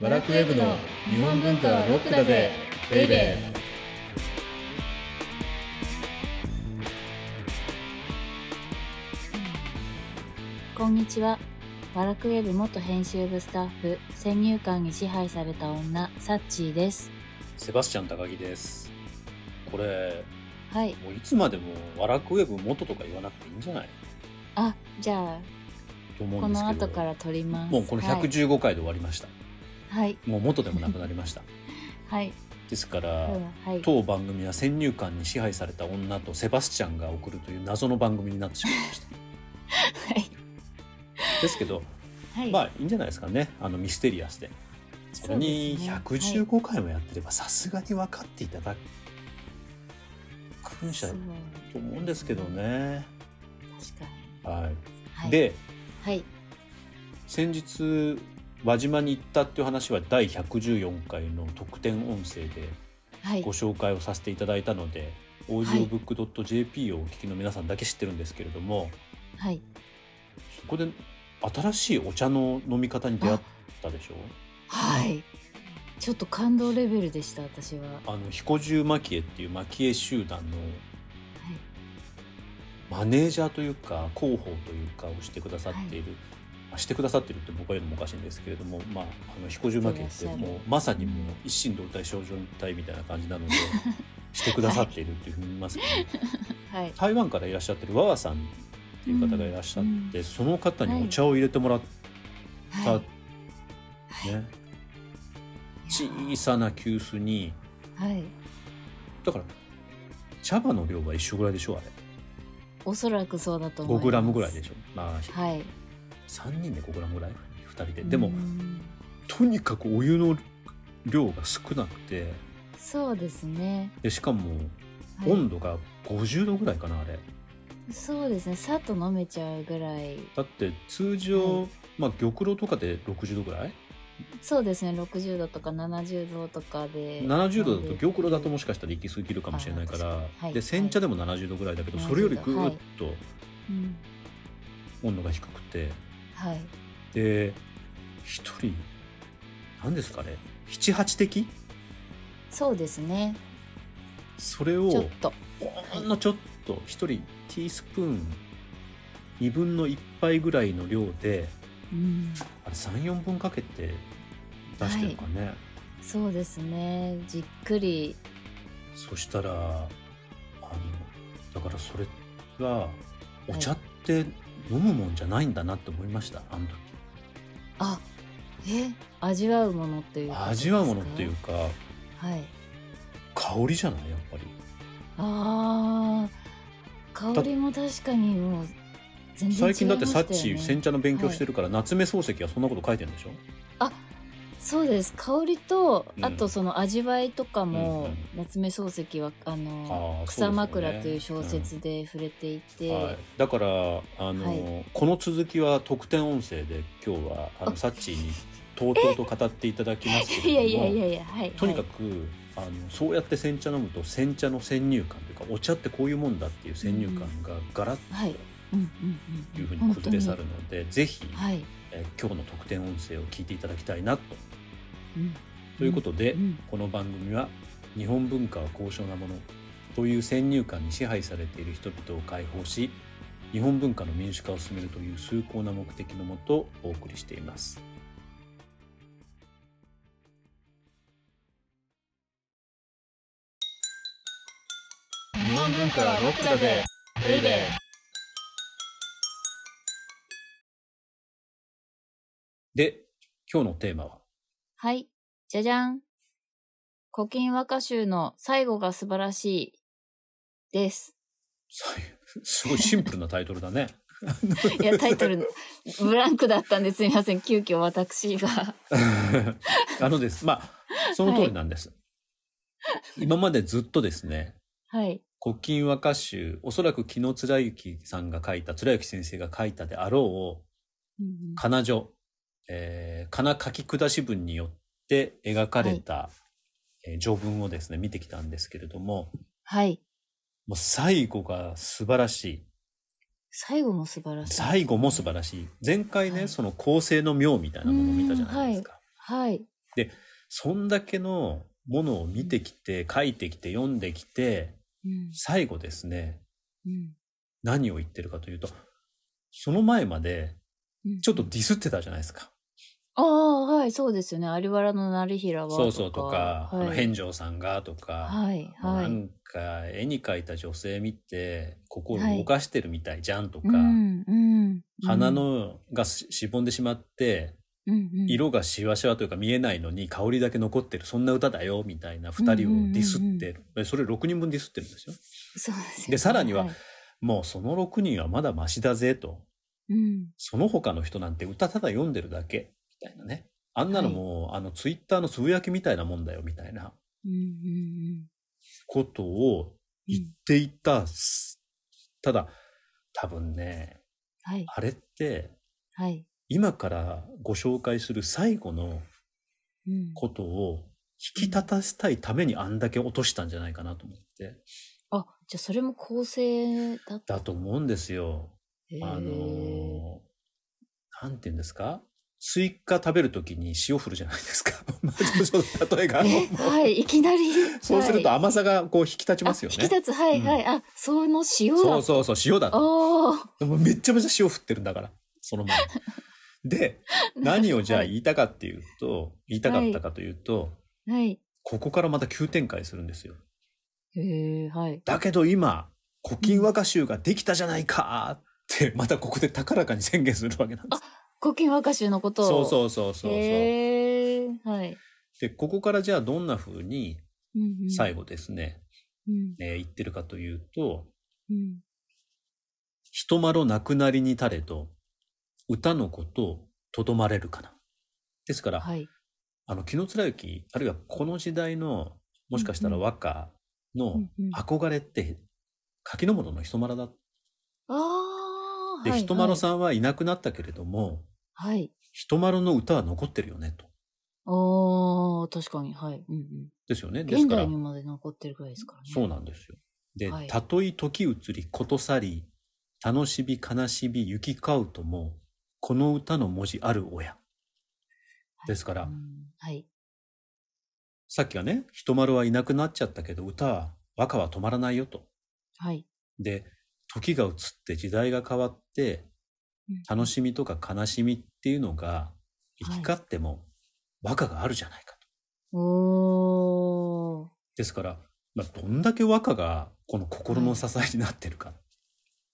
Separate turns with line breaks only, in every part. バラクウェブの日本文化はロックだぜベイベー
こんにちは。ワラクウェブ元編集部スタッフ、先入観に支配された女、サッチーです。
セバスチャン高木です。これ、
はい。
もういつまでもワラクウェブ元とか言わなくていいんじゃない
あ、じゃあ、
と思う
こ
んです
の
けど。
後から撮ります。
もうこの
はい
115回で終わりました。
はい。
もう元でもなくなりました。
はい。
ですから、
うんはい。
当番組は先入観に支配された女とセバスチャンが送るという謎の番組になってしまい ました。ですけど、
はい。
まあいいんじゃないですかね。あのミステリアスで。それに
そうですね
115回もやってればさすがに分かっていただくんじゃ
そう
ないと思うんですけどね。
確かに。
は。
はいい。、
で、
はい。
先日輪島に行ったっていう話は第114回の特典音声で
はい
ご。紹介をさせていただいたので、audiobook.jp をお聞きの皆さんだけ知ってるんですけれども
はい。
そこで新しいお茶の飲み方に出会ったでしょ
はい。ちょっと感動レベルでした、私は。は
あの彦十蒔絵っていう蒔絵集団の
い。
マネージャーというか広報というかをしてくださっている、まあしてくださってるって僕は言うのもおかしいんですけれども、まあ、あの彦十負けってもうまさにもう一心同体少女隊みたいな感 じなのでしてくださっているっていうふうに言いますけど、
はい。
台湾からいらっしゃってる和和さんっていう方がいらっしゃって、
うん
その方にお茶を入れてもらった、
はい。
ね
はい
小さな急須に
はい。
だから茶葉の量は一緒ぐらいでしょあれ
おそらくそうだと思い
5
ます。
グラムぐらいでしょ、まあ、
はい。
3人で5グラムぐらい2人で。でも、
うん
とにかくお湯の量が少なくて
そうですね。
でしかも
はい
温度が50度ぐらいかなあれ
そうですね。さっと飲めちゃうぐらい。
だって通常、
は
まあ玉露とかで60度ぐらい
そうですね。60度とか70度とかで。
70度だと玉露だとも
し
しかしたら行き過ぎるかもしれないか
あ
ら、
確かにはい
で煎茶でも70度ぐらいだけど、
はい
それよりぐーっと
うん。
温度が低くて
はい。
で1人何ですかね78滴
そうですね。
それ
ちょっ
を
と。
ほんのちょっと1人ティースプーン2分の1杯ぐらいの量で
うん。
あれ34分かけて出してるかね、
そうですね。じっくり。
そしたらあのだからそれがお茶って飲むもんじゃないんだなって思いましたあの時
あ、え味わうものっていうことです
味
か
わうものっていう。か
はい。
香りじゃないやっぱり
あー。香りも確かにもう、全然違いましたよ、ね、
最近だってサッチ煎茶の勉強してるから、夏目漱石はそんなこと書いてるんでしょ
そうです香りと、
うん
あとその味わいとかも、
うんうん
夏目漱石はあの
ああ
草枕という
そう
小
ですよね
説で触れていて、
はい、だからあの、この続きは特典音声で今日はあの
あ
サッチーにとうとうと語っていただきますけ
い、や
れ
い
ど
や
も
いやいやはい
とにか
はい
く、あのそうやって煎茶飲むと煎茶の先入観というかお茶ってこういうもんだっていう先入観がガラッ
はい、うんうん
というふ
う
うんに崩れ去
本
るので、ぜひ
当、にはい、
えー今日の特典音声を聞いていただきたいなと。
うん、
ということで、
うん
この番組は日本文化は高尚なものという先入観に支配されている人々を解放し日本文化の民主化を進めるという崇高な目的のもとお送りしています。
日本文化はロックだぜベイベー
で今日のテーマは
はいじゃじゃん古今和歌集の最後が素晴らしいです
さいすごいシンプルなタイトルだね。
いやタイト ルブランクだったんですみません急遽私が
あのですまあその通りなんです。今までずっとですね
はい
古今和歌集おそらく紀野貫之さんが書いた貫之先生が書いたであろう
うんうん
かな女、えー、かな書き下し文によって描かれた、えー序文をですね、見てきたんですけれども、
はい
もう最後が素晴らしい。
最後も素晴らしい
最後も素晴らしい。前回ね、
はい
その構成の妙みたいなものを見たじゃないですか。
はい
でそんだけのものを見てきて書いてきて読んできて
うん
最後ですね
うん
何を言ってるかというとその前まで
うん
ちょっとディスってたじゃないですか。
ああはいそうですよね有原の成平は
そうそうとか、あの
はい
返上さんがとか、
はいは
ないんか絵に描いた女性見て心動かしてるみたいじゃんとか、
うんうん
鼻のがししぼんでしまって
うんうん
色がしわしわというか見えないのに香りだけ残ってるそんな歌だよみたいな2人をディスってる、でそれ6人分ディスってるんですよ。
そうですよね
でさらにはいもうその6人はまだマシだぜと
うん
その他の人なんて歌ただ読んでるだけみたいなねあんなのもう、あのツイッターのつぶやきみたいなもんだよみたいな
うんうん
ことを
うんう
言っ
ん
ていた、すただ多分ね
はい
あれって
はい
今からご紹介する最後の
うん
ことを引き立たせたいためにあんだけ落としたんじゃないかなと思って
あじゃあそれも構成だっ
だと思うんですよ。
へー
あのなんて言うんですかスイカ食べるときに塩振るじゃないですか。 まあちょっと例えが
えはいいきなり
そうすると
はい
甘さがこう引き立ちますよ
あ
ね。
引き立つはいはい、あその塩だ
そうそうそう塩だと。
おー
でもめっちゃめちゃ塩振ってるんだから、その前 に。で、何をじゃあ言いたかっていうと、言いたかったかというと、
はい
ここからまた急展開するんですよ。
へえはい
だけど今、古今和歌集ができたじゃないかって、またここで高らかに宣言するわけなんです。
古今和歌集のこと
そう
う
そうそうそうそう。
へえはい、
で、ここからじゃあどんな風に
うんうん、
最後ですね、
うん
えー言ってるかというと、
うん
人まろなくなりにたれと、歌のこととどまれるかな。ですから、
はい
あの紀貫之あるいはこの時代のもしかしたら和歌
う
の
んうん
憧れって柿の本の人丸だっ
ああ
て、人丸さんはいなくなったけれども
はい、はい、
人丸の歌は残ってるよねと。
おー確かにはい、うんうん、
ですよね。です
現
から
代にまで残ってるぐらいですからね
そうなんですよ。で
はい
「たとえ時移りこと去り楽しび悲しび行き交うともこの歌の文字ある親」ですから、
うんはい
さっきはね人丸はいなくなっちゃったけど歌は和歌は止まらないよと。
はい、
で時が移って時代が変わって
うん
楽しみとか悲しみっていうのが行き交っても和歌があるじゃないかと。
おー
ですから、まあ、どんだけ和歌がこの心の支えになってるか。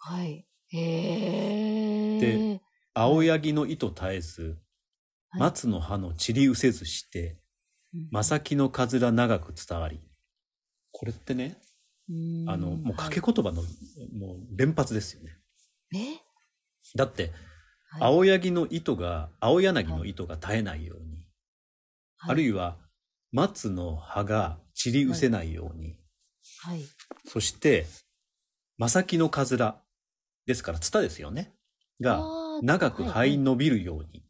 はいへえ
で青柳の糸絶えず、
はい
松の葉の散りうせずして、正木のかずら長く伝わり。これってね、あの、もう掛け
こ
言葉の、もう連発ですよね。
え、
だって、
はい
青柳の糸が、青柳の糸が絶えないように、ある
はい
は松の葉が散りうせないように、
はい
そして正木のかずらですからツタですよね
あ
が
ー
長く
は
這
い
い伸びるように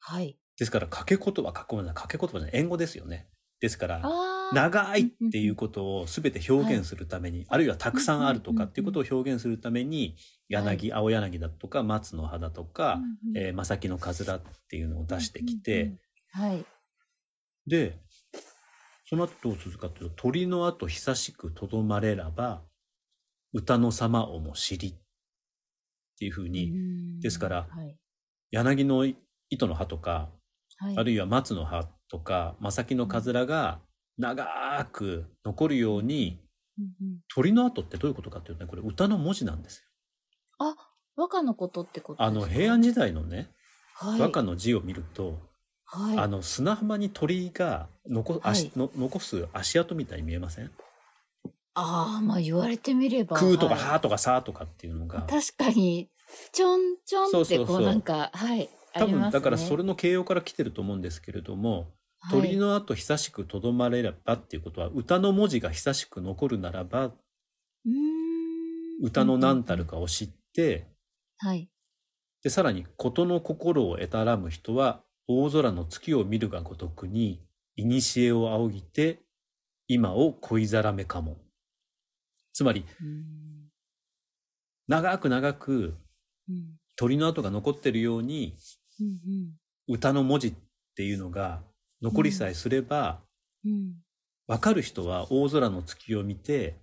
はい
ですから掛け言葉かごめんなさい掛け言葉じゃない英語ですよねですから
あー
長いっていうことを全て表現するために、あるいはたくさんあるとかっていうことを表現するために柳、青柳だとか松の葉だとか、
うんうん
えー正木のかずらっていうのを出してきて、
うんうんうんはい
でその後どうするかというと「鳥の後久しくとどまれらば歌の様をも知り」っていうふうに、
に
ですから
はい
柳の糸の葉とか、
はい、
あるいは松の葉とか正木のかずらが長く残るように
うんうん
鳥の後ってどういうことかというとねこれ歌の文字なんですよ。
和歌のことってこと
あの平安時代のね、
はい、
和歌の字を見ると、
はい、
あの砂浜に鳥が残足の残す足跡みたいに見えません
ああまあ言われてみれば
空と
は
か、
い
はーとか、さーとかっていうのが、
確かにちょんちょん
そう
っ
そ
て
うそう
こうなんかはいあ
多
りま
分
すね
だからそれの形容から来てると思うんですけれども、鳥の後久しくとどまれればっていうことは、歌の文字が久しく残るならば、
はい、うーん
歌の何たるかを知って、
はい
で、さらに、ことの心を得たらむ人は、大空の月を見るがごとくに、古を仰ぎて、今を恋ざめかも。つまり、
うーん
長く長く
うん
鳥の跡が残ってるように、
うんうん
歌の文字っていうのが残りさえすれば、
うん。
わかる人は大空の月を見て、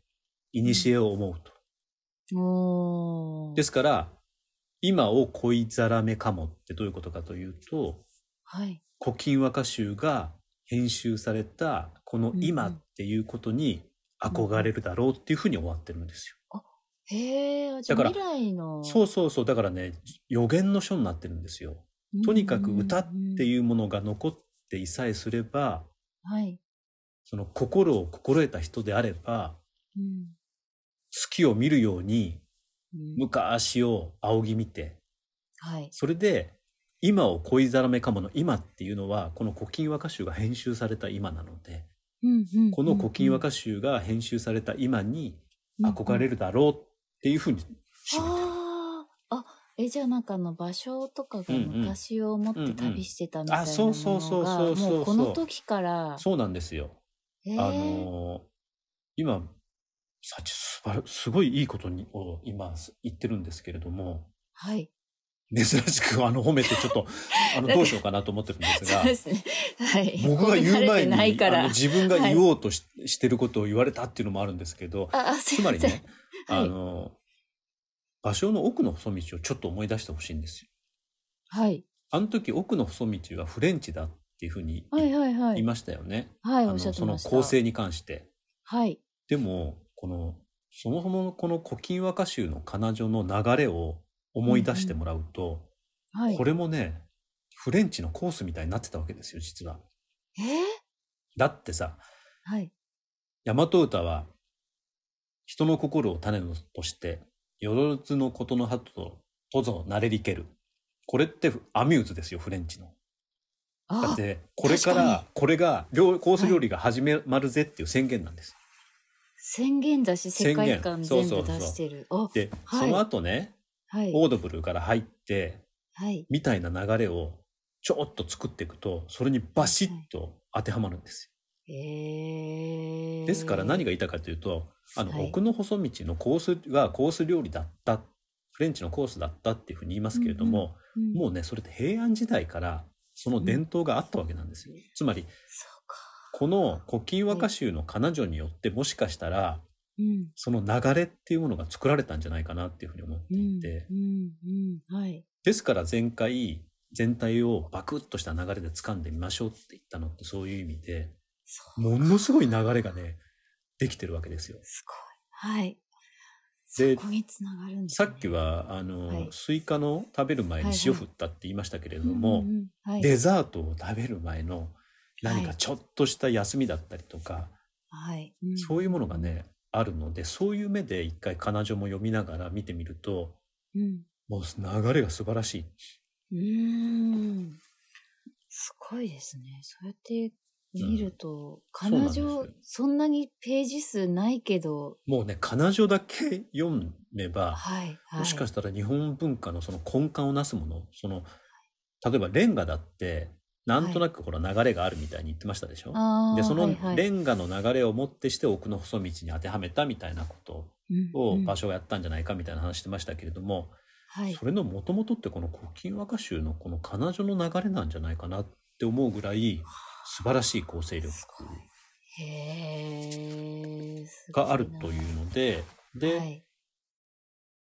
古を思うと。
おー。
ですから、今を恋ざらめかもってどういうことかというと、
はい。
古今和歌集が編集されたこの今っていうことに憧れるだろうっていうふうに終わってるんです
へえ、じゃあ
だから
未来の。
よ。そうそうそう、だからね、予言の書になってるんですよ。
うん
とにかく歌って
うん。
いうものが残っていさえすれば、
はい。
その心を心得た人であれば、
うん。
月を見るように
うん
昔を仰ぎ見て、
はい。
それで今を恋ざらめかもの今っていうのは、この古今和歌集が編集された今なので、
うんうん
この古今和
歌
歌集が編集された今に憧れ
る。
るだろうっていうふうに締めてる。
ああー。あ、え、じゃあなんかあの場所とかが昔を思って旅してたみたいな
うんうん
も
あそう
の
そう
が、
そうそうそう
もうこの時から、
そうなんですよ。
へー
あのー今、さちすばらすごいいいことにを今す言ってるんですけれども、
はい。
珍しくあの褒めてちょ っとあのどうしようかなと思ってるんです
そ
が
う、ですね。はい。
僕が言う
慣れ
前
て
に
ないか
あの
ら。
自分が言おうとし,、してることを言われたっていうのもあるんですけど、
あ、あす
つ
いま
まり
せん。
ね、
はい
あのー場所の奥の細道をちょっと思い出してほしいんですよ。
はい。
あの時奥の細道はフレンチだっていうふうに
はい
言
はいはいい。
ましたよね。
はい、お
あ
っ
の
しゃって
そ
ま
の
した。
構成に関して。
はい。
でもこのそもそものこの「古今和歌集」の彼女の流れを思い出してもらうと、
はい。
これもねフレンチのコースみたいになってたわけですよ実は。
えー
だってさ
はい。
大和歌は人の心を種のとして「よろずのことの葉ととぞなれりける」これってアミューズですよフレンチの。だ
あ
っ、てこれか
確から
これが料コース料理が始まるぜっていう宣言なんです。
宣言だし、世界観
宣
全部
言そうそうそう
出してる。あ、
で、
はい
その後ね
はい。
オードブルから入って
はい。
みたいな流れをちょっと作っていくとそれにバシッと当てはまるんです
えー
よ。ですから何が言いたいかというとあの、
はい
奥の細道のコースがコース料理だったフレンチのコースだったっていうふうに言いますけれども、
うん
もうねそれって平安時代からその伝統があったわけなんですよ。つまり
そうか。
この「古今和歌集」の彼女によってもしかしたら、
うん。
その流れっていうものが作られたんじゃないかなっていうふうに思う。
うん。
で
うん。うん。はい。
ですから前回全体をバクッとした流れで掴んでみましょうって言ったのってそういう意味で
そう。
ものすごい流れがねできてるわけですよ。
すごい。はい。
で
そこにつながるんです、
さ
ね。
っきはあの、
はい
スイカの食べる前に
はいはい
塩振ったって言いましたけれど
うんうん
も、
うん、はい、
デザートを食べる前の何
は
か
い
ちょっとした休みだったりとか、
はい。
そういうものがねあるのでそういう目で一回彼女も読みながら見てみると
うん。
もう流れが素晴らしい。
うーん。すごいですね。そうやって見ると、
ん
彼
そう
女
なんですよ、
そんなにページ数ないけど、
もうね、彼女だけ読めば、
はい、はい。
もしかしたら日本文化のその根幹をなすもの、その、例えばレンガだって、なんとなくほら流れがあるみたいに言ってましたでしょ、
あー
で、その
はいはい
レンガの流れをもってして奥の細道に当てはめたみたいなことを場
所、
所をやったんじゃないかみたいな話してましたけれども、
はい。
それの元々ってこの古今和歌集のこの彼女の流れなんじゃないかなって思うぐらい素晴らしい構成力
すごいへえ。すごいな
があるというので、で、
はい。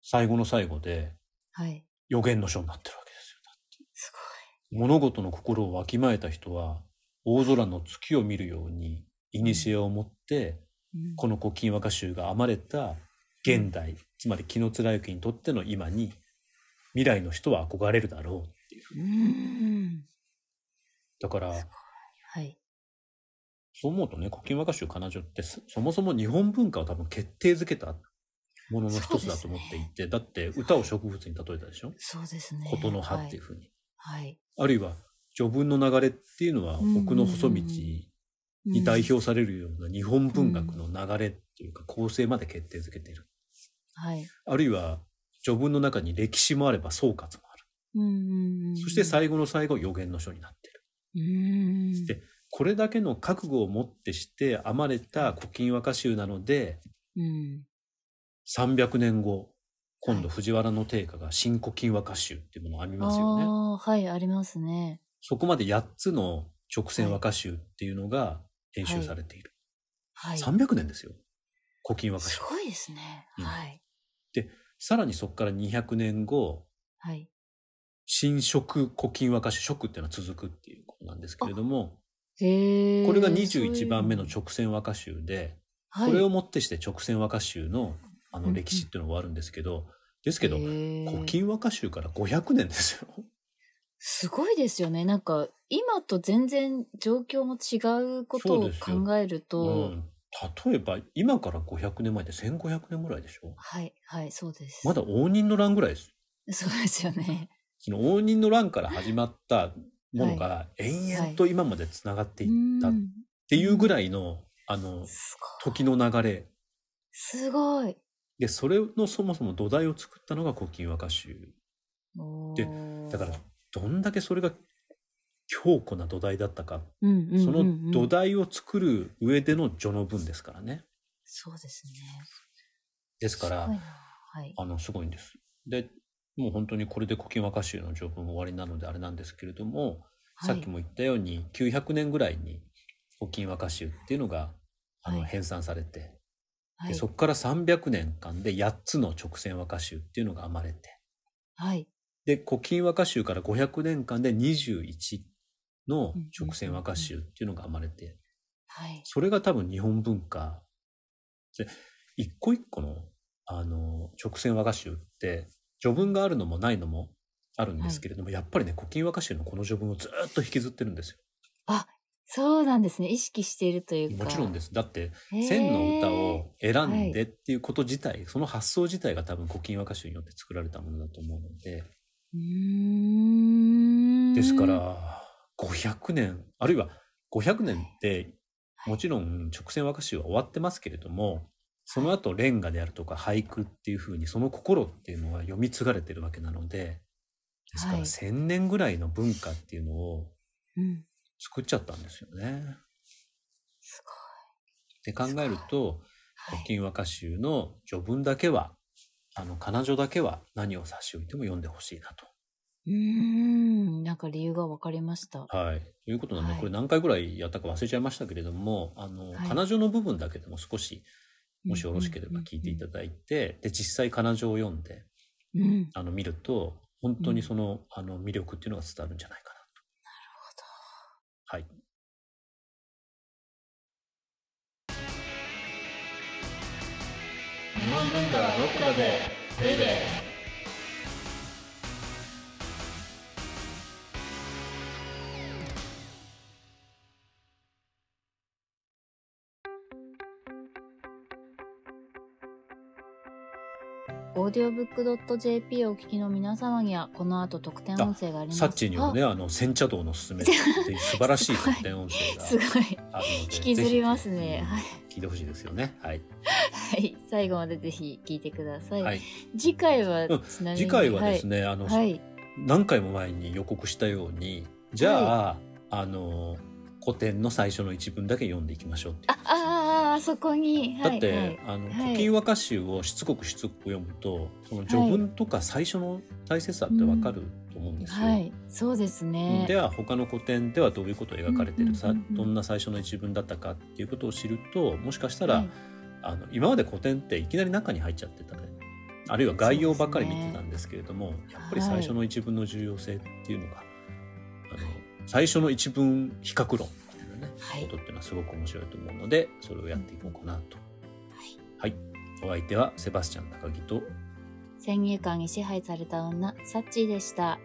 最後の最後で
はい。
予言の書になってるわけですよ。
す
物事の心をわきまえた人は大空の月を見るように古を持って
ごい。うん
この古今和歌集が編まれた現代つまり紀貫之にとっての今に未来の人は憧れるだろう
うーん。
だから
はい。
そう思うとね古今和歌集彼女ってそそもそも日本文化を多分決定づけたものの一つだと思っていて、だって歌を植物に例えたでしょ
そうですね。
琴の葉っていうふうに、
はい。はい。
あるいは序文の流れっていうのは奥の細道、に代
うん
表されるような日本文学の流れというか構成まで決定づけている。
はい。
あるいは序文の中に歴史もあれば総括もある。
うんうんうん。
そして最後の最後予言の書になっている。
うーん。
でこれだけの覚悟をもってして編まれた古今和歌集なので
うん。
300年後今度藤原の定家が新古今和歌集っていうものを編みますよね。
ああー、はい、ありますね。
そこまで8つの直線和歌集っていうのが編集されている。
はい。
300年ですよ。古今和歌集
す。ごいですね。
うん
はい。
さらにそこから200年後、
はい。
新色古今和歌集、色っていうのは続くっていうことなんですけれども、
へえ。
これが
そうい
21
うの
番目の直線和歌集で、
はい。
これをもってして直線和歌集のあ
うんう
の
ん
歴史っていうのがあるんですけど、ですけど
へ、え
古今和歌集から500年ですよ。
すごいですよね。なんか、今と全然状況も違うこと
そう
を
ですよ
考えると、
うん例えば、今から500年前って1500年ぐらいでしょ
はい、はい、そうです。
まだ応仁の乱ぐらいです。
そうですよね。
その応仁の乱から始まったものが延々と今までつながっていったっ
うん
ていうぐらいの、あの、
すごい。
時の流れ。
すごい。
で、それのそもそも土台を作ったのが古今和歌集。
おー
でだから、どんだけそれが強固な土台だったか。
うんうんうんうん、
その土台を作る上での序の文ですからね。
そうですね。
ですか
すごい
ら、
なはい。
あの、すごいんです。で、もう本当にこれで古今和歌集の序文終わりなのであれなんですけれども、さっき
も。
も言ったように900年ぐらいに古今和歌集っていうのがあの
はい
編纂されて、
は
で
い。
そこから300年間で8つの直線和歌集っていうのが生まれて
はい。
で古今和歌集から500年間で21の直線和歌集っていうのが生まれて
はい。
それが多分日本文化で一個一個のあの直線和歌集って序文があるのもないのもあるんですけれども、やっぱりね古今和歌集のこの序文をずーっと引きずってるんですよ。
そうなんですね。意識しているというか。。
もちろんですすだって千の歌を選んでっていうこと自体、その発想自体が多分古今和歌集によって作られたものだと思うので、
うーん。
ですから500年あるいは500年って、
はい
もちろん直線和歌集は終わってますけれどもその後レンガであるとか俳句っていうふうにその心っていうのは読み継がれてるわけなのでですか
は
ら
い
1,000年ぐらいの文化っていうのを
うん。
作っちゃったんですよね。
す
って考えると、
ごい。は
古
い。
今和歌集の序文だけは、あの、彼女だけは何を差し置いても読んでほしいな
うーん。なんか理由がわかりました。
と。はい。ということなんで、
はい
これ何回ぐらいやったか忘れちゃいましたけれども、あの、
はい
彼女の部分だけでも少し、もしよろしけれ
うんうん
ば
うん
聞いていただいて、で、実際彼女を読んで、
うん。なる
あの、見ると、本当にその、あの、魅力っていうのが伝わるんじゃないか
ほ
なと。
ど。
はい。
日本文化はロックだぜベイベー
オーディオブックドット JP をお聞きの皆様にはこの後特典音声があります。
サッチーにはね、あの、煎茶道のすすめっていう素晴らしい
すごい
特典音声
あ。す ご
が
い。
あるので、
引きずりますね
ぜひ
はい
聞いてほしいですよね。はい。
はい。最後までぜひ聞いてください。
はい
次回は
うん
ちなみに、
次回はですね、あの、
はい。はい。
何回も前に予告したようにじゃあ、あの古典の最初の一文だけ読んでいきましょうっていう
ああー、そこに。はい
だって、
はい
あの
はい
古今和歌集をしつこくしつこく読むとその序文とか最初の大切さってわかると思うんですよ。
はい。そうですね。
では他の古典ではどういうことを描かれてるさ、
うんうんうんうん
どんな最初の一文だったかっていうことを知るともしかしたら、
はい
あの今まで古典っていきなり中に入っちゃってたねあるいは概要ばっかり見てたんですけれども、やっぱり最初の一文の重要性っていうのが、あの最初の一文比較論みたいなね、
はい
ことっていうのはすごく面白いと思うのでそれをやっていこうかなと。はい、お相手はセバスチャン高木と
先入観に支配された女、サッチーでした。